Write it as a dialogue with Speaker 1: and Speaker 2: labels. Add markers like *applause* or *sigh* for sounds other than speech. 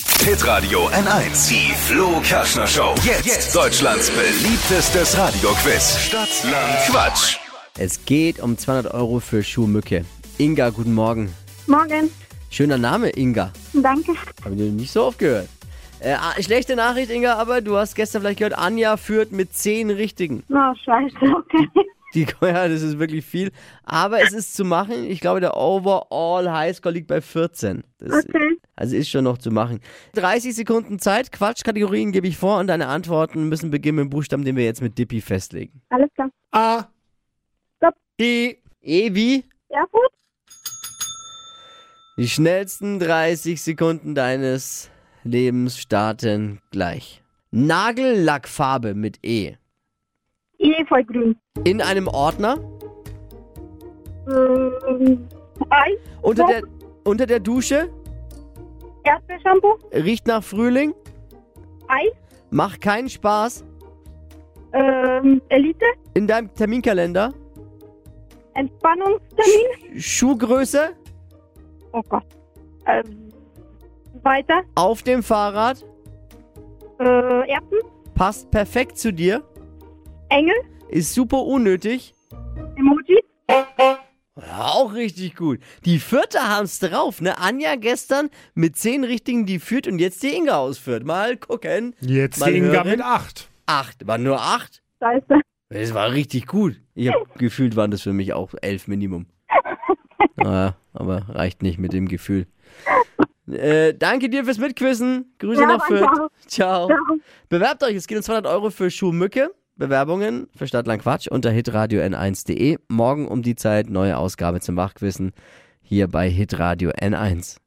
Speaker 1: Hitradio N1. Die Flo Kaschner Show. Jetzt. Deutschlands beliebtestes Radioquiz. Stadt, Land, Quatsch.
Speaker 2: Es geht um 200 Euro für Schuhmücke. Inga, guten Morgen.
Speaker 3: Morgen.
Speaker 2: Schöner Name, Inga.
Speaker 3: Danke.
Speaker 2: Habe ich noch nicht so oft gehört. Äh, ah, schlechte Nachricht, Inga, aber du hast gestern vielleicht gehört, Anja führt mit 10 Richtigen. *laughs*
Speaker 3: Na, scheiße, *laughs* okay.
Speaker 2: Die, ja, das ist wirklich viel. Aber es ist zu machen. Ich glaube, der Overall Highscore liegt bei 14. Das,
Speaker 3: Okay.
Speaker 2: Also ist schon noch zu machen. 30 Sekunden Zeit. Quatschkategorien gebe ich vor und deine Antworten müssen beginnen mit dem Buchstaben, den wir jetzt mit Dippy festlegen.
Speaker 3: Alles klar.
Speaker 4: A.
Speaker 3: Stopp.
Speaker 4: I.
Speaker 2: E wie?
Speaker 3: Ja, gut.
Speaker 2: Die schnellsten 30 Sekunden deines Lebens starten gleich. Nagellackfarbe mit E.
Speaker 3: eh Efeugrün.
Speaker 2: In einem Ordner.
Speaker 3: Ähm, Ei.
Speaker 2: Unter der, unter der Dusche.
Speaker 3: Erdbeershampoo.
Speaker 2: Riecht nach Frühling.
Speaker 3: Ei.
Speaker 2: Macht keinen Spaß.
Speaker 3: Ähm, Elite.
Speaker 2: In deinem Terminkalender.
Speaker 3: Entspannungstermin.
Speaker 2: Schuhgröße.
Speaker 3: Oh Gott. Ähm, weiter.
Speaker 2: Auf dem Fahrrad.
Speaker 3: Äh, Erbsen.
Speaker 2: Passt perfekt zu dir.
Speaker 3: Engel.
Speaker 2: Ist super unnötig.
Speaker 3: Emoji.
Speaker 2: Auch richtig gut. Die vierte haben's drauf, ne? Anja gestern mit zehn richtigen, die führt und jetzt die Inga ausführt. Mal gucken.
Speaker 4: Jetzt
Speaker 2: Mal
Speaker 4: die Inga
Speaker 2: hören.
Speaker 4: mit 8.
Speaker 2: Acht. Waren nur acht?
Speaker 3: Scheiße.
Speaker 2: Das war richtig gut. Ich hab gefühlt waren das für mich auch elf
Speaker 3: *laughs*
Speaker 2: Minimum. Naja, aber reicht nicht mit dem Gefühl. Äh, danke dir fürs Mitquissen. Grüße
Speaker 3: Ja,
Speaker 2: nach
Speaker 3: danke
Speaker 2: Fürth.
Speaker 3: auch.
Speaker 2: Ciao.
Speaker 3: Ciao.
Speaker 2: Bewerbt euch. Es geht um 200 Euro für Schuhmücke. Bewerbungen für Stadtland Quatsch unter hitradio n1.de. Morgen um die Zeit neue Ausgabe zum Wachquissen hier bei hitradio n1.